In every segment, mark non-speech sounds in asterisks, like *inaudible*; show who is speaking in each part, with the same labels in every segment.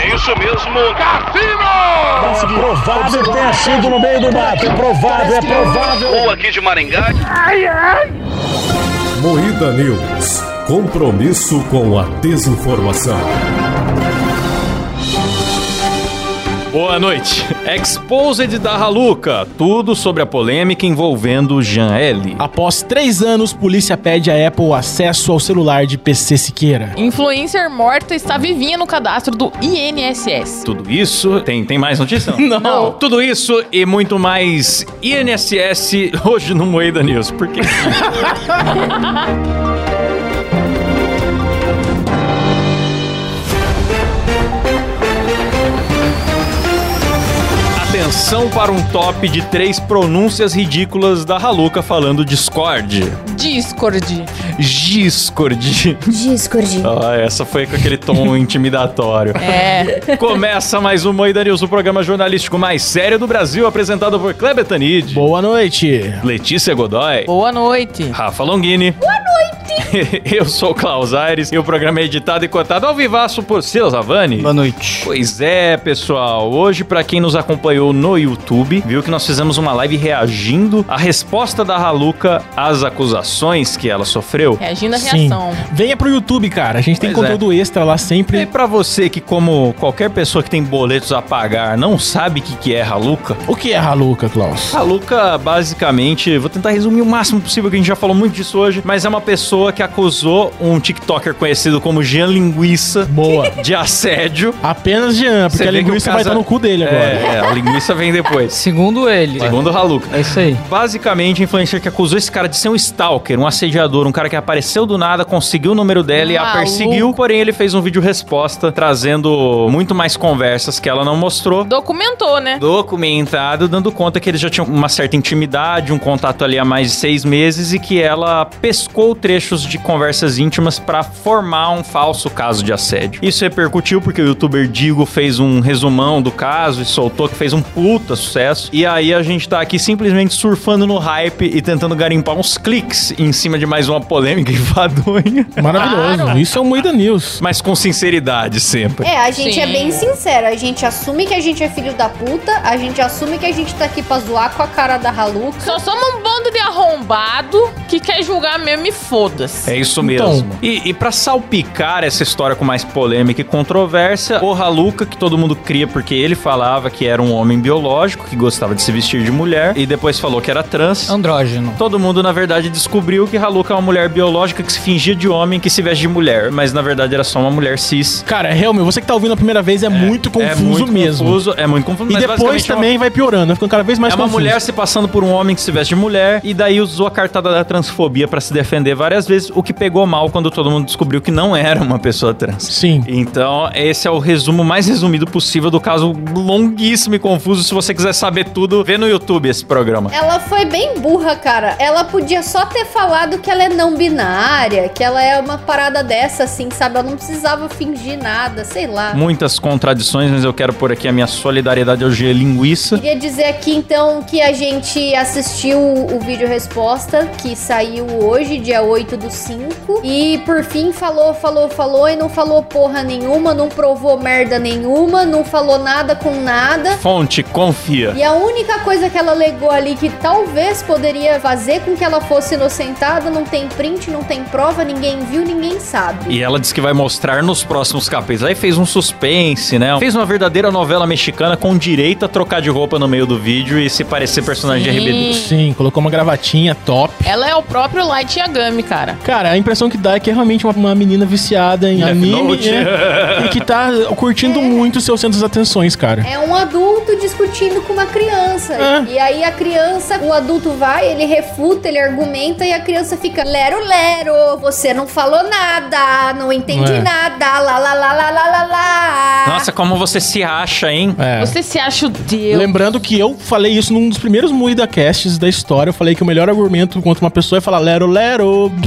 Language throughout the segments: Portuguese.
Speaker 1: É isso mesmo, Cassino!
Speaker 2: Mas provável que tenha sido no meio do mato. É provável, é provável.
Speaker 1: Ou aqui de Maringá.
Speaker 3: Moída News. Compromisso com a desinformação.
Speaker 4: Boa noite. Exposed da Raluca. Tudo sobre a polêmica envolvendo Jean L. Ah,
Speaker 5: Após três anos, polícia pede à Apple acesso ao celular de PC Siqueira.
Speaker 6: Influencer morta está vivinha no cadastro do INSS.
Speaker 4: Tudo isso. Tem, tem mais notícia? Não. Tudo isso e muito mais INSS hoje no Moeda News. Por quê? *laughs* Atenção para um top de três pronúncias ridículas da Haluca falando Discord.
Speaker 6: Discord.
Speaker 4: Discord. *laughs*
Speaker 7: Discord.
Speaker 4: Ah, essa foi com aquele
Speaker 6: *laughs*
Speaker 4: tom intimidatório. *laughs*
Speaker 6: É.
Speaker 4: Começa mais um Moída News, o programa jornalístico mais sério do Brasil, apresentado por Kleber Tanid,
Speaker 5: Boa noite.
Speaker 4: Letícia Godoy,
Speaker 6: Boa noite.
Speaker 4: Rafa Longini. Boa noite! *laughs* Eu sou o Klaus Aires e o programa é editado e cotado ao vivaço por Silas Avani.
Speaker 8: Boa noite.
Speaker 4: Pois é, pessoal. Hoje, pra quem nos acompanhou no YouTube, viu que nós fizemos uma live reagindo à resposta da Haluca às acusações que ela sofreu.
Speaker 6: Reagindo à reação.
Speaker 5: Venha pro YouTube, cara. A gente tem
Speaker 4: Pois é.
Speaker 5: conteúdo extra lá
Speaker 4: E
Speaker 5: sempre.
Speaker 4: pra você que, como qualquer pessoa que tem boletos a pagar, não sabe o que, que é Haluca,
Speaker 5: O que é Haluca, Klaus?
Speaker 4: Haluca, basicamente, vou tentar resumir o máximo possível, que a gente já falou muito disso hoje, mas é uma pessoa que acusou um TikToker conhecido como Jean Linguiça
Speaker 5: Boa.
Speaker 4: de assédio.
Speaker 5: Apenas Jean, porque
Speaker 4: Você
Speaker 5: a
Speaker 4: vê que o
Speaker 5: linguiça vai
Speaker 4: casa-
Speaker 5: estar no cu dele agora.
Speaker 4: É, é, a linguiça vem depois.
Speaker 8: Segundo ele.
Speaker 4: Segundo o Haluca.
Speaker 8: É isso aí.
Speaker 4: Basicamente, a influencer que acusou esse cara de ser um stalker, um assediador, um cara que apareceu do nada, conseguiu o número dela e a
Speaker 6: Maluco.
Speaker 4: perseguiu. Porém, ele fez um vídeo resposta trazendo muito mais conversas que ela não mostrou.
Speaker 6: Documentou, né?
Speaker 4: Documentado, dando conta que eles já tinham uma certa intimidade, um contato ali há mais de seis meses e que ela pescou trechos de conversas íntimas pra formar um falso caso de assédio. Isso repercutiu porque o youtuber Digo fez um resumão do caso e soltou que fez um puta sucesso. E aí a gente tá aqui simplesmente surfando no hype e tentando garimpar uns cliques em cima de mais uma polêmica *laughs* enfadonha,
Speaker 5: Maravilhoso.
Speaker 6: Claro.
Speaker 5: Isso é o Moída News.
Speaker 4: mas com sinceridade sempre.
Speaker 7: É, a gente
Speaker 6: Sim.
Speaker 7: é bem sincero. A gente assume que a gente é filho da puta, a gente assume que a gente tá aqui pra zoar com a cara da Haluca.
Speaker 6: Só somos um bando de arrombado que quer julgar mesmo e foda-se.
Speaker 4: É isso
Speaker 5: Então-
Speaker 4: mesmo. e e para salpicar essa história com mais polêmica e controvérsia, o Haluca, que todo mundo cria porque ele falava que era um homem biológico, que gostava de se vestir de mulher, e depois falou que era trans.
Speaker 8: Andrógeno.
Speaker 4: Todo mundo, na verdade, descobriu que Haluca é uma mulher biológica que se fingia de homem que se veste de mulher, mas na verdade era só uma mulher cis.
Speaker 5: Cara, realmente, você que tá ouvindo a primeira vez é, muito confuso
Speaker 4: é muito
Speaker 5: mesmo.
Speaker 4: Confuso, é muito confuso.
Speaker 5: E
Speaker 4: mas
Speaker 5: depois
Speaker 4: basicamente é uma-
Speaker 5: também vai piorando, vai ficando cada vez mais
Speaker 4: é uma
Speaker 5: confuso.
Speaker 4: mulher se passando por um homem que se veste de mulher e daí usou a cartada da transfobia pra se defender várias vezes, o que pegou mal quando todo mundo descobriu que não era uma pessoa trans.
Speaker 5: Sim.
Speaker 4: Então, esse é o resumo mais resumido possível do caso longuíssimo e confuso. Se você quiser saber tudo, vê no YouTube esse programa.
Speaker 7: Ela foi bem burra, cara. Ela podia só ter falado que ela é não binária, que ela é uma parada dessa, assim, sabe? Ela não precisava fingir nada, sei lá.
Speaker 4: Muitas contradições, mas eu quero pôr aqui a minha solidariedade ao G Linguiça.
Speaker 7: Queria dizer aqui então que a gente assistiu o vídeo resposta que saiu hoje, dia 8 do 5. E por fim falou, falou, falou e não falou porra nenhuma, não provou merda nenhuma, não falou nada com nada.
Speaker 4: Fonte, confia.
Speaker 7: E a única coisa que ela alegou ali que talvez poderia fazer com que ela fosse inocentada, não tem print, não tem prova, ninguém viu, ninguém sabe.
Speaker 4: E ela disse que vai mostrar nos próximos capítulos. Aí fez um suspense, né? Fez uma verdadeira novela mexicana com direito a trocar de roupa no meio do vídeo e se parecer personagem de RBD.
Speaker 5: Sim, colocou uma gravatinha top.
Speaker 6: Ela é o próprio Light Yagami, cara.
Speaker 5: Cara, a impressão que dá é que é realmente uma, uma menina viciada em
Speaker 4: *laughs* Death
Speaker 5: anime
Speaker 4: Note.
Speaker 5: é, e que tá curtindo muito seus centros de atenções, cara.
Speaker 7: É um adulto discutindo com uma criança.
Speaker 4: Ah.
Speaker 5: É.
Speaker 7: E aí a criança, o adulto vai, ele refuta, ele argumenta e a criança fica lero lero, você não falou nada, não entendi
Speaker 5: É.
Speaker 7: nada, lá lá lá lá lá lá lá.
Speaker 4: *laughs* Nossa, como você se acha, hein?
Speaker 5: É.
Speaker 6: Você se acha o Deus.
Speaker 5: Lembrando que eu falei isso num dos primeiros Moída Casts da história. Eu falei que o melhor argumento contra uma pessoa é falar lero lero.
Speaker 7: *laughs*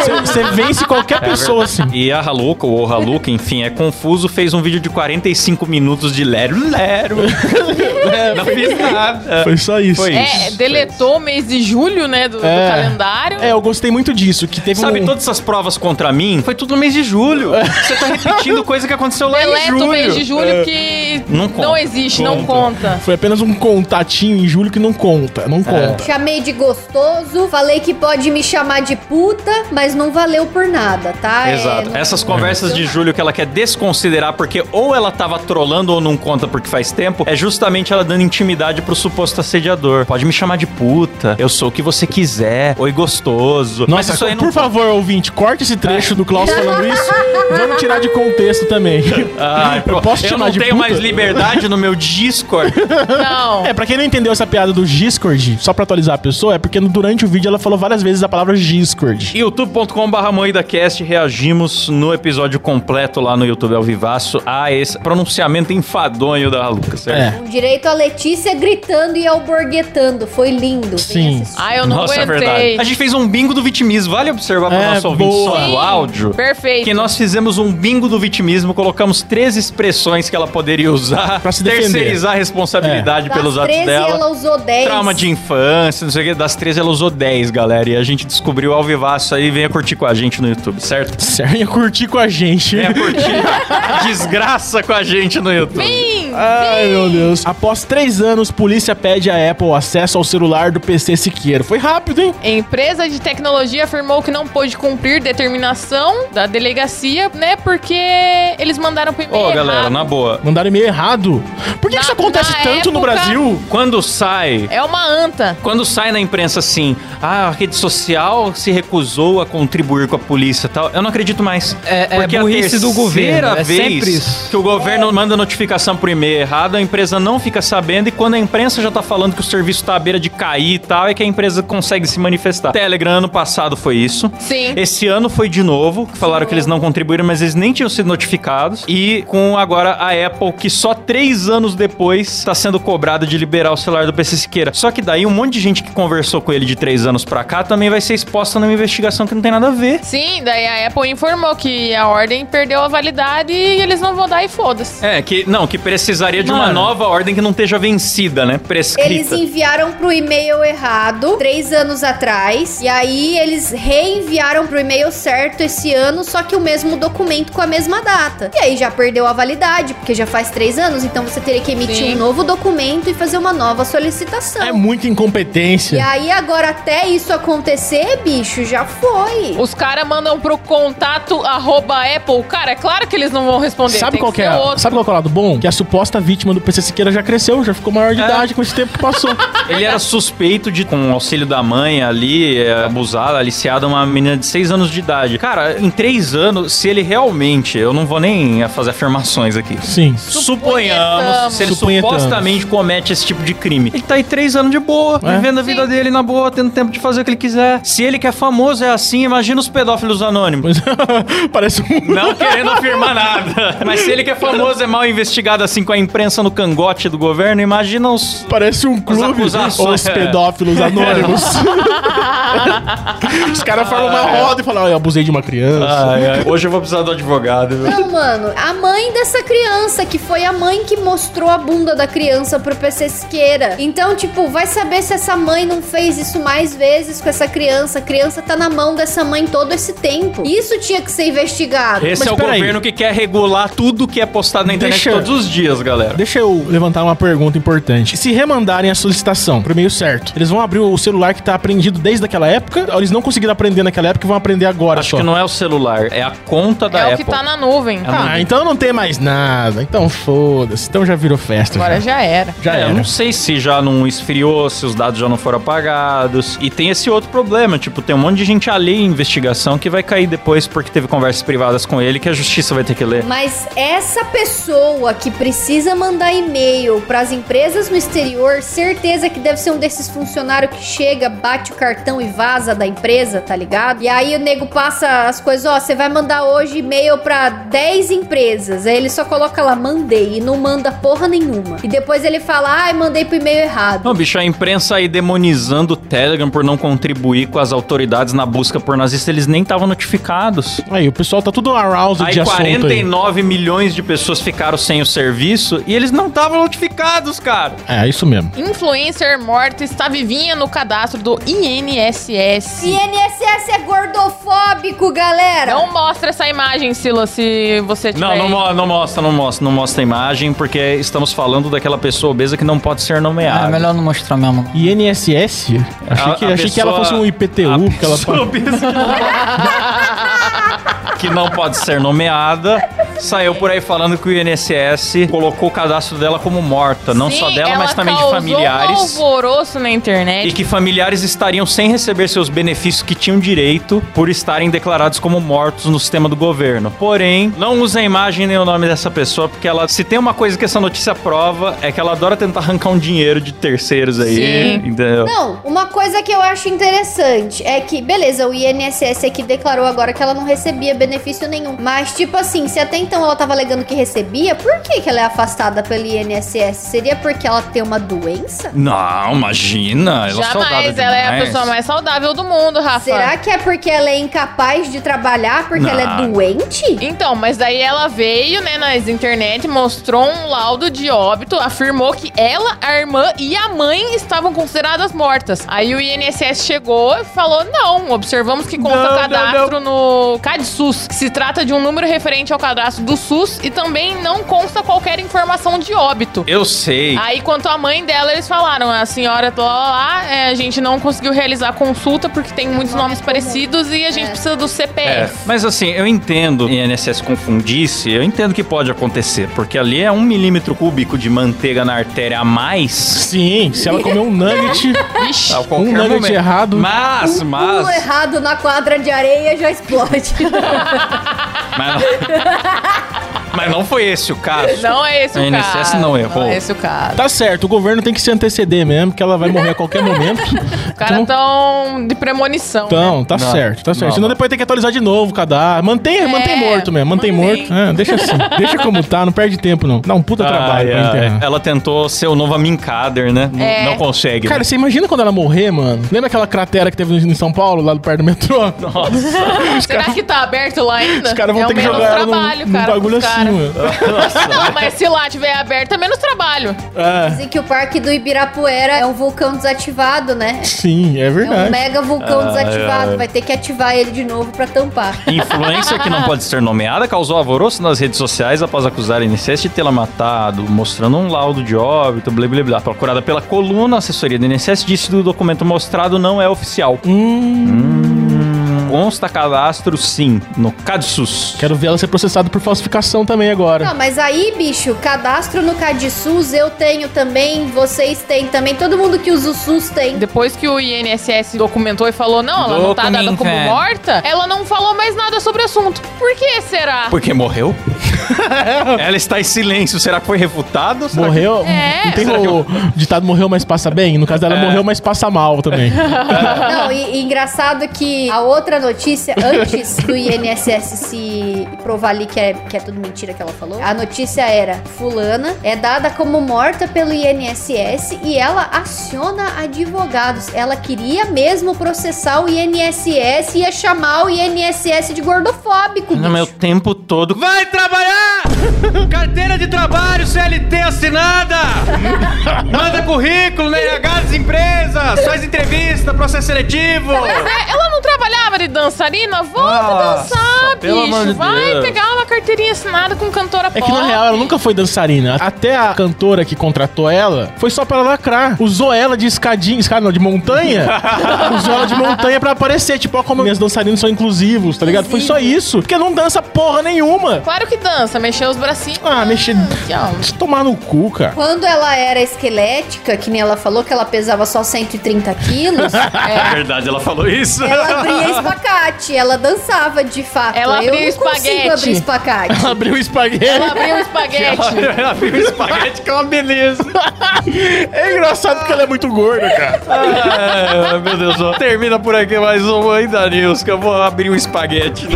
Speaker 5: Você- Você vence
Speaker 4: É
Speaker 5: qualquer pessoa assim.
Speaker 4: E a Haluca, ou Haluca, enfim, é confuso, fez um vídeo de 45 minutos de Lero Lero. Não
Speaker 5: *laughs*
Speaker 4: fiz nada.
Speaker 5: Foi só isso.
Speaker 4: Foi.
Speaker 6: É, deletou o mês de julho, né, do, do
Speaker 5: É.
Speaker 6: calendário.
Speaker 5: É, eu gostei muito disso, que teve
Speaker 4: Sabe
Speaker 5: um...
Speaker 4: todas essas provas contra mim? Foi tudo no mês de julho. Você tá repetindo coisa que aconteceu lá em
Speaker 6: Deleta do mês de
Speaker 5: julho,
Speaker 6: julho
Speaker 5: é.
Speaker 6: que
Speaker 4: Não
Speaker 6: não,
Speaker 4: conta.
Speaker 6: existe, não conta.
Speaker 5: Foi apenas um contatinho em julho que não conta,
Speaker 4: É.
Speaker 5: não conta.
Speaker 7: Chamei de gostoso, falei que pode me chamar de puta, mas não valeu por nada, tá? É,
Speaker 4: Exato.
Speaker 7: não-
Speaker 4: Essas conversas de Júlio que ela quer desconsiderar porque ou ela tava trolando ou não conta porque faz tempo, é justamente ela dando intimidade pro suposto assediador. Pode me chamar de puta, eu sou o que você quiser, oi gostoso.
Speaker 5: Nossa, por
Speaker 4: não
Speaker 5: favor, ouvinte, corte esse trecho do Klaus falando isso. Vamos tirar de contexto também.
Speaker 4: Ah, eu
Speaker 5: posso te
Speaker 4: eu
Speaker 5: chamar
Speaker 4: não
Speaker 5: de
Speaker 4: tenho
Speaker 5: puta?
Speaker 4: mais liberdade no
Speaker 5: *laughs*
Speaker 4: meu Discord. *laughs*
Speaker 6: Não.
Speaker 5: É, pra quem não entendeu essa piada do Discord, só pra atualizar a pessoa, é porque no- durante o vídeo ela falou várias vezes a palavra Discord.
Speaker 4: youtube.com.br MoídaCast, reagimos no episódio completo lá no YouTube ao Vivaço a esse pronunciamento enfadonho da Luca, certo?
Speaker 5: É.
Speaker 7: Com direito a Letícia gritando e alborguetando. Foi lindo. Vem
Speaker 5: Sim.
Speaker 7: assistir.
Speaker 6: Ah, eu não
Speaker 4: Nossa, é
Speaker 6: aguentei.
Speaker 4: verdade. A gente fez um bingo do vitimismo. Vale observar para
Speaker 5: É,
Speaker 4: o nosso ouvinte
Speaker 5: boa.
Speaker 4: só do áudio.
Speaker 6: Perfeito.
Speaker 4: Que nós fizemos um bingo do vitimismo, colocamos três expressões que ela poderia usar
Speaker 5: Pra se defender. É.
Speaker 4: terceirizar a responsabilidade
Speaker 7: Das
Speaker 4: pelos atos
Speaker 7: 13
Speaker 4: dela.
Speaker 7: ela usou 10.
Speaker 4: Trauma de infância, não sei o que. Das 13 ela usou 10, galera. E a gente descobriu ao vivaço aí. Venha curtir com a gente no YouTube, certo?
Speaker 5: Sério, ia curtir com a gente.
Speaker 4: Venha curtir. Desgraça com a gente no YouTube.
Speaker 6: Sim.
Speaker 4: Ah.
Speaker 5: Ai, meu Deus. Após três anos, polícia pede à Apple acesso ao celular do PC Siqueiro. Foi rápido, hein?
Speaker 6: Empresa de tecnologia afirmou que não pôde cumprir determinação da delegacia, né? Porque eles mandaram pro e-mail.
Speaker 4: Ô, galera,
Speaker 6: errado.
Speaker 4: na boa.
Speaker 5: Mandaram e-mail errado. Por que,
Speaker 6: Na-
Speaker 5: que isso acontece
Speaker 6: na
Speaker 5: tanto no
Speaker 6: época-
Speaker 5: Brasil?
Speaker 4: Quando sai
Speaker 6: É uma anta.
Speaker 4: Quando sai na imprensa assim, ah, a rede social se recusou a contribuir com a polícia e tal, eu não acredito mais.
Speaker 8: É- é burrice do governo, é
Speaker 4: vez
Speaker 8: sempre isso.
Speaker 4: que o governo manda notificação por e-mail errado, a empresa não fica sabendo e quando a imprensa já tá falando que o serviço tá à beira de cair e tal, é que a empresa consegue se manifestar. Telegram ano passado foi isso.
Speaker 6: Sim.
Speaker 4: Esse ano foi de novo, que falaram que eles não contribuíram, mas eles nem tinham sido notificados. E com agora a Apple, que só três anos depois está sendo cobrada de liberar o celular do PC Siqueira. Só que daí um monte de gente que conversou com ele de três anos pra cá também vai ser exposta numa investigação que não tem nada a ver.
Speaker 6: Sim, daí a Apple informou que a ordem perdeu a validade e eles não vão dar e foda-se.
Speaker 4: É, que não, que precisaria de uma
Speaker 8: Mano.
Speaker 4: nova ordem que não esteja vencida, né? Prescrita.
Speaker 7: Eles enviaram pro e-mail errado três anos atrás. E aí eles reenviaram pro e-mail certo esse ano, só que o mesmo documento com a mesma data. E aí já perdeu a validade, porque já faz três anos, então você teria que emitir
Speaker 6: Sim.
Speaker 7: um novo documento e fazer uma nova solicitação.
Speaker 5: É muita
Speaker 7: e
Speaker 5: incompetência.
Speaker 7: aí, agora, até isso acontecer, bicho, já foi.
Speaker 6: Os caras mandam pro contato arroba Apple. Cara, é claro que eles não vão responder.
Speaker 5: Sabe
Speaker 6: Tem
Speaker 5: qual
Speaker 6: que
Speaker 5: que é?
Speaker 6: ser outro.
Speaker 5: Sabe qual que é o lado bom? Que a suposta vítima do PC Siqueira já cresceu, já ficou maior de
Speaker 4: É.
Speaker 5: idade com esse tempo que
Speaker 4: *laughs*
Speaker 5: passou.
Speaker 4: Ele era suspeito de, com o auxílio da mãe ali, é, abusada, aliciada, uma menina de 6 anos de idade. Cara, em 3 anos, se ele realmente, eu não vou nem fazer afirmações aqui.
Speaker 5: Sim.
Speaker 4: Suponhamos, se ele
Speaker 5: Suponhetamos.
Speaker 4: supostamente comete esse tipo de crime. Ele tá aí três anos de boa,
Speaker 5: É.
Speaker 4: vivendo a vida dele na boa, tendo tempo de fazer o que ele quiser. Se ele que é famoso é assim, imagina os pedófilos anônimos.
Speaker 5: Mas- *laughs* Parece um.
Speaker 4: Não querendo afirmar nada. Mas se ele que é famoso é mal investigado assim com a imprensa no cangote do governo, imagina os,
Speaker 5: Parece um clube ou
Speaker 4: acusações,
Speaker 5: os
Speaker 4: é.
Speaker 5: pedófilos
Speaker 4: *laughs*
Speaker 5: anônimos. os caras formam uma
Speaker 4: É.
Speaker 5: roda e falam, "Ah, eu abusei de uma criança.
Speaker 4: Ai, ai, Hoje eu vou precisar do advogado. viu?
Speaker 7: Não, mano, a mãe dessa criança, que foi a mãe que mostrou a bunda da criança pro PC Siqueira. Então, tipo, vai saber se essa mãe não fez isso mais vezes com essa criança. A criança tá na mão dessa mãe todo esse tempo. Isso tinha que ser investigado.
Speaker 4: Esse
Speaker 5: Mas
Speaker 4: é o
Speaker 5: peraí.
Speaker 4: governo que quer regular tudo que é postado na internet
Speaker 5: Deixa eu-
Speaker 4: todos os dias, galera.
Speaker 5: Deixa eu levantar uma pergunta importante. Se remandarem a solicitação pro e-mail certo, eles vão abrir o celular que tá apreendido desde aquela época? Ou eles não conseguiram aprender naquela época e vão aprender agora
Speaker 4: Acho
Speaker 5: só?
Speaker 4: que não é o celular, é a conta da
Speaker 6: É o
Speaker 4: Apple.
Speaker 6: que tá na nuvem.
Speaker 4: É
Speaker 5: Ah, então não tem mais nada. Então foda-se. Então já virou festa.
Speaker 6: Agora
Speaker 5: já.
Speaker 6: já era.
Speaker 5: Já
Speaker 4: é,
Speaker 5: era.
Speaker 4: eu não sei se já não esfriou, se os dados já não foram apagados. E tem esse outro problema, tipo, tem um monte de gente alheia em investigação que vai cair depois porque teve conversas privadas com ele que a justiça vai ter que ler.
Speaker 7: Mas essa pessoa que precisa mandar e-mail pras empresas no exterior, certeza que deve ser um desses funcionários que chega, bate o cartão e vaza da empresa, tá ligado? E aí o nego passa as coisas, ó, você vai mandar hoje e-mail pra 10 empresas. Aí ele só coloca lá mandei e não manda porra nenhuma. E depois ele fala: "Ai, mandei pro e-mail errado".
Speaker 4: Não, bicho, a imprensa aí demonizando o Telegram por não contribuir com as autoridades na busca por nazista, eles nem estavam notificados.
Speaker 5: Aí, o pessoal tá tudo aroused
Speaker 4: Aí
Speaker 5: de assunto aí.
Speaker 4: 49 milhões de pessoas ficaram sem o serviço e eles não estavam notificados, cara.
Speaker 5: É, isso mesmo.
Speaker 6: Influencer morta está vivinha no cadastro do INSS.
Speaker 7: INSS é gordofóbico, galera!
Speaker 6: Não mostra essa imagem, Sila, se você tiver.
Speaker 4: Não, não,
Speaker 6: aí.
Speaker 4: mo- não mostra, não mostra, não mostra a imagem, porque estamos falando daquela pessoa obesa que não pode ser
Speaker 8: Ah,
Speaker 4: nomeada.
Speaker 8: é melhor não mostrar mesmo.
Speaker 5: INSS? Achei,
Speaker 4: A-
Speaker 5: que,
Speaker 4: a
Speaker 5: achei que ela
Speaker 4: pessoa-
Speaker 5: fosse um IPTU.
Speaker 4: a
Speaker 5: Que ela
Speaker 4: pessoa obesa que não- *laughs* que não pode ser nomeada, saiu por aí falando que o INSS colocou o cadastro dela como morta, não
Speaker 6: Sim,
Speaker 4: só dela, mas
Speaker 6: ela
Speaker 4: também de
Speaker 6: causou
Speaker 4: familiares.
Speaker 6: Um alvoroço na internet.
Speaker 4: E que familiares estariam sem receber seus benefícios que tinham direito por estarem declarados como mortos no sistema do governo. Porém, não usa a imagem nem o nome dessa pessoa, porque ela, se tem uma coisa que essa notícia prova, é que ela adora tentar arrancar um dinheiro de terceiros aí.
Speaker 6: Sim.
Speaker 4: Entendeu?
Speaker 7: Não, uma coisa que eu acho interessante é que, beleza, o INSS aqui declarou agora que ela não recebia benefício nenhum. Mas, tipo assim, se até então ela tava alegando que recebia, por que, que ela é afastada pelo INSS? Seria porque ela tem uma doença?
Speaker 4: Não, imagina. Ela é saudável
Speaker 6: Jamais, ela é a
Speaker 4: demais.
Speaker 6: pessoa mais saudável do mundo, Rafa.
Speaker 7: Será que é porque ela é incapaz de trabalhar porque ela é
Speaker 4: Não.
Speaker 7: doente?
Speaker 6: Então, mas daí ela veio, né, nas internet, mostrou um laudo de óbito, afirmou que ela, a irmã e a mãe estavam consideradas mortas. Aí o INSS chegou e falou: não, observamos que consta
Speaker 4: Não, não,
Speaker 6: cadastro no CadSUS, que se trata de um número referente ao cadastro do SUS e também não consta qualquer informação de óbito.
Speaker 4: Eu sei.
Speaker 6: Aí, quanto à mãe dela, eles falaram: a senhora lá, lá, lá, é, a gente não conseguiu realizar a consulta porque tem muitos
Speaker 7: Nome
Speaker 6: nomes
Speaker 7: comum.
Speaker 6: parecidos e a gente
Speaker 7: É.
Speaker 6: precisa do
Speaker 4: É,
Speaker 6: CPF.
Speaker 4: mas assim, eu entendo que o INSS confundisse, eu entendo que pode acontecer, porque ali é um milímetro cúbico de manteiga na artéria a mais.
Speaker 5: Sim, se ela comer um nugget,
Speaker 6: Vixe.
Speaker 4: A
Speaker 5: um
Speaker 4: qualquer
Speaker 5: nugget
Speaker 4: momento.
Speaker 5: errado.
Speaker 6: Um
Speaker 4: Mas, mas.
Speaker 7: Pulo errado na quadra de areia já explode.
Speaker 4: Mas não, *laughs* mas não foi esse o caso.
Speaker 6: Não é esse o
Speaker 4: O INSS
Speaker 6: caso.
Speaker 4: não errou.
Speaker 6: é esse o caso.
Speaker 5: Tá certo, o governo tem que se anteceder mesmo, que ela vai morrer a qualquer momento.
Speaker 6: Os caras tão de premonição.
Speaker 5: Então, tá
Speaker 4: Não,
Speaker 5: certo, tá certo.
Speaker 4: não,
Speaker 5: Senão
Speaker 4: não.
Speaker 5: depois tem que atualizar de novo o cadastro. Mantém, mantém morto mesmo, mantém,
Speaker 6: mantém.
Speaker 5: morto. É, deixa assim, deixa como tá, não perde tempo não. Dá um puta trabalho
Speaker 4: Ai,
Speaker 5: pra
Speaker 4: ai,
Speaker 5: enterrar.
Speaker 4: Ela tentou ser o novo Amin Kader, né? N-
Speaker 6: É.
Speaker 4: Não consegue.
Speaker 5: Cara,
Speaker 4: né?
Speaker 5: você imagina quando ela morrer, mano? Lembra aquela cratera que teve em São Paulo, lá perto do metrô?
Speaker 4: Nossa.
Speaker 6: Será que tá aberto lá ainda?
Speaker 5: Os caras vão
Speaker 6: é
Speaker 5: ter que
Speaker 6: menos
Speaker 5: jogar ela num-
Speaker 6: trabalho,
Speaker 5: num,
Speaker 6: cara. pros
Speaker 5: bagulho assim,
Speaker 6: caras.
Speaker 5: mano.
Speaker 4: *laughs*
Speaker 6: Não, mas se lá tiver aberto, é menos trabalho.
Speaker 5: É,
Speaker 7: Dizem que o parque do Ibirapuera é um vulcão desativado, né?
Speaker 5: sim, é
Speaker 7: É um
Speaker 5: verdade.
Speaker 7: mega vulcão desativado.
Speaker 4: ai.
Speaker 7: Vai ter que ativar ele de novo pra tampar.
Speaker 4: Influencer que não pode ser nomeada causou alvoroço nas redes sociais após acusar a INSS de tê-la matado, mostrando um laudo de óbito, blá blá blá. Procurada pela coluna, a assessoria do INSS disse que o documento mostrado não é oficial. Hum. Consta cadastro, sim, no CadSUS.
Speaker 5: Quero ver ela ser processada por falsificação também agora.
Speaker 7: Não, mas aí, bicho, cadastro no CadSUS eu tenho também, vocês têm também, todo mundo que usa o SUS tem.
Speaker 6: Depois que o INSS documentou e falou, não, ela não tá dada
Speaker 8: Documenta.
Speaker 5: é.
Speaker 6: como morta, ela não falou mais nada sobre o assunto. Por que será?
Speaker 4: Porque *laughs* morreu? Ela está em silêncio. Será que foi refutado? Será que-
Speaker 5: Morreu.
Speaker 6: É.
Speaker 5: Não tem
Speaker 4: Será que
Speaker 5: o ditado morreu, mas passa bem? No caso dela, morreu, mas passa mal
Speaker 6: *laughs*
Speaker 5: também.
Speaker 7: Não, e, e engraçado que a outra notícia, antes do INSS se provar ali que é, que é tudo mentira que ela falou, a notícia era: Fulana é dada como morta pelo INSS e ela aciona advogados. Ela queria mesmo processar o INSS e ia chamar o INSS de gordofóbico.
Speaker 4: No meu
Speaker 7: bicho.
Speaker 4: tempo todo. Vai *laughs* trabalhar! Carteira de trabalho, CLT *laughs* assinada! Manda currículo na RH das empresas! Faz entrevista, processo seletivo!
Speaker 6: É, ela não trabalhava de dançarina? Volta
Speaker 4: Nossa,
Speaker 6: dançar,
Speaker 4: pelo amor
Speaker 6: bicho.
Speaker 4: de
Speaker 6: Vai
Speaker 4: Deus.
Speaker 6: pegar uma carteirinha assinada com cantora
Speaker 5: É
Speaker 6: pop.
Speaker 5: que na real ela nunca foi dançarina. Até a cantora que contratou ela foi só pra ela lacrar. Usou ela de escadinha, escada não, de *laughs* montanha. Usou ela de montanha pra aparecer. Tipo, ó, como minhas dançarinas são inclusivos, tá ligado? Foi só isso. Porque não dança porra nenhuma.
Speaker 6: Claro que dança, mexeu os bracinhos.
Speaker 5: Ah, mexer.
Speaker 6: Que ó.
Speaker 5: Se tomar no cu, cara.
Speaker 7: Quando ela era esquelética, que nem ela falou que ela pesava só 130
Speaker 6: *laughs*
Speaker 7: quilos,
Speaker 4: É verdade, ela falou isso.
Speaker 7: ela abria espacate, ela dançava de fato.
Speaker 6: Ela
Speaker 7: Eu
Speaker 6: abria
Speaker 7: não
Speaker 6: espaguete.
Speaker 7: consigo abrir espacate.
Speaker 5: Ela abriu o espaguete.
Speaker 6: Ela
Speaker 5: *laughs*
Speaker 6: abriu o espaguete.
Speaker 4: *laughs* Ela viu o espaguete que é uma *laughs* beleza.
Speaker 5: É engraçado porque ela é muito gorda, cara.
Speaker 4: Ai, É, meu Deus, ó. termina por aqui mais um ainda News, que eu vou abrir um espaguete.